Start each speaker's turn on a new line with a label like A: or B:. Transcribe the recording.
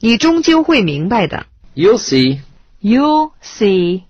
A: 你终究会明白的。
B: You'll see.
C: You'll see.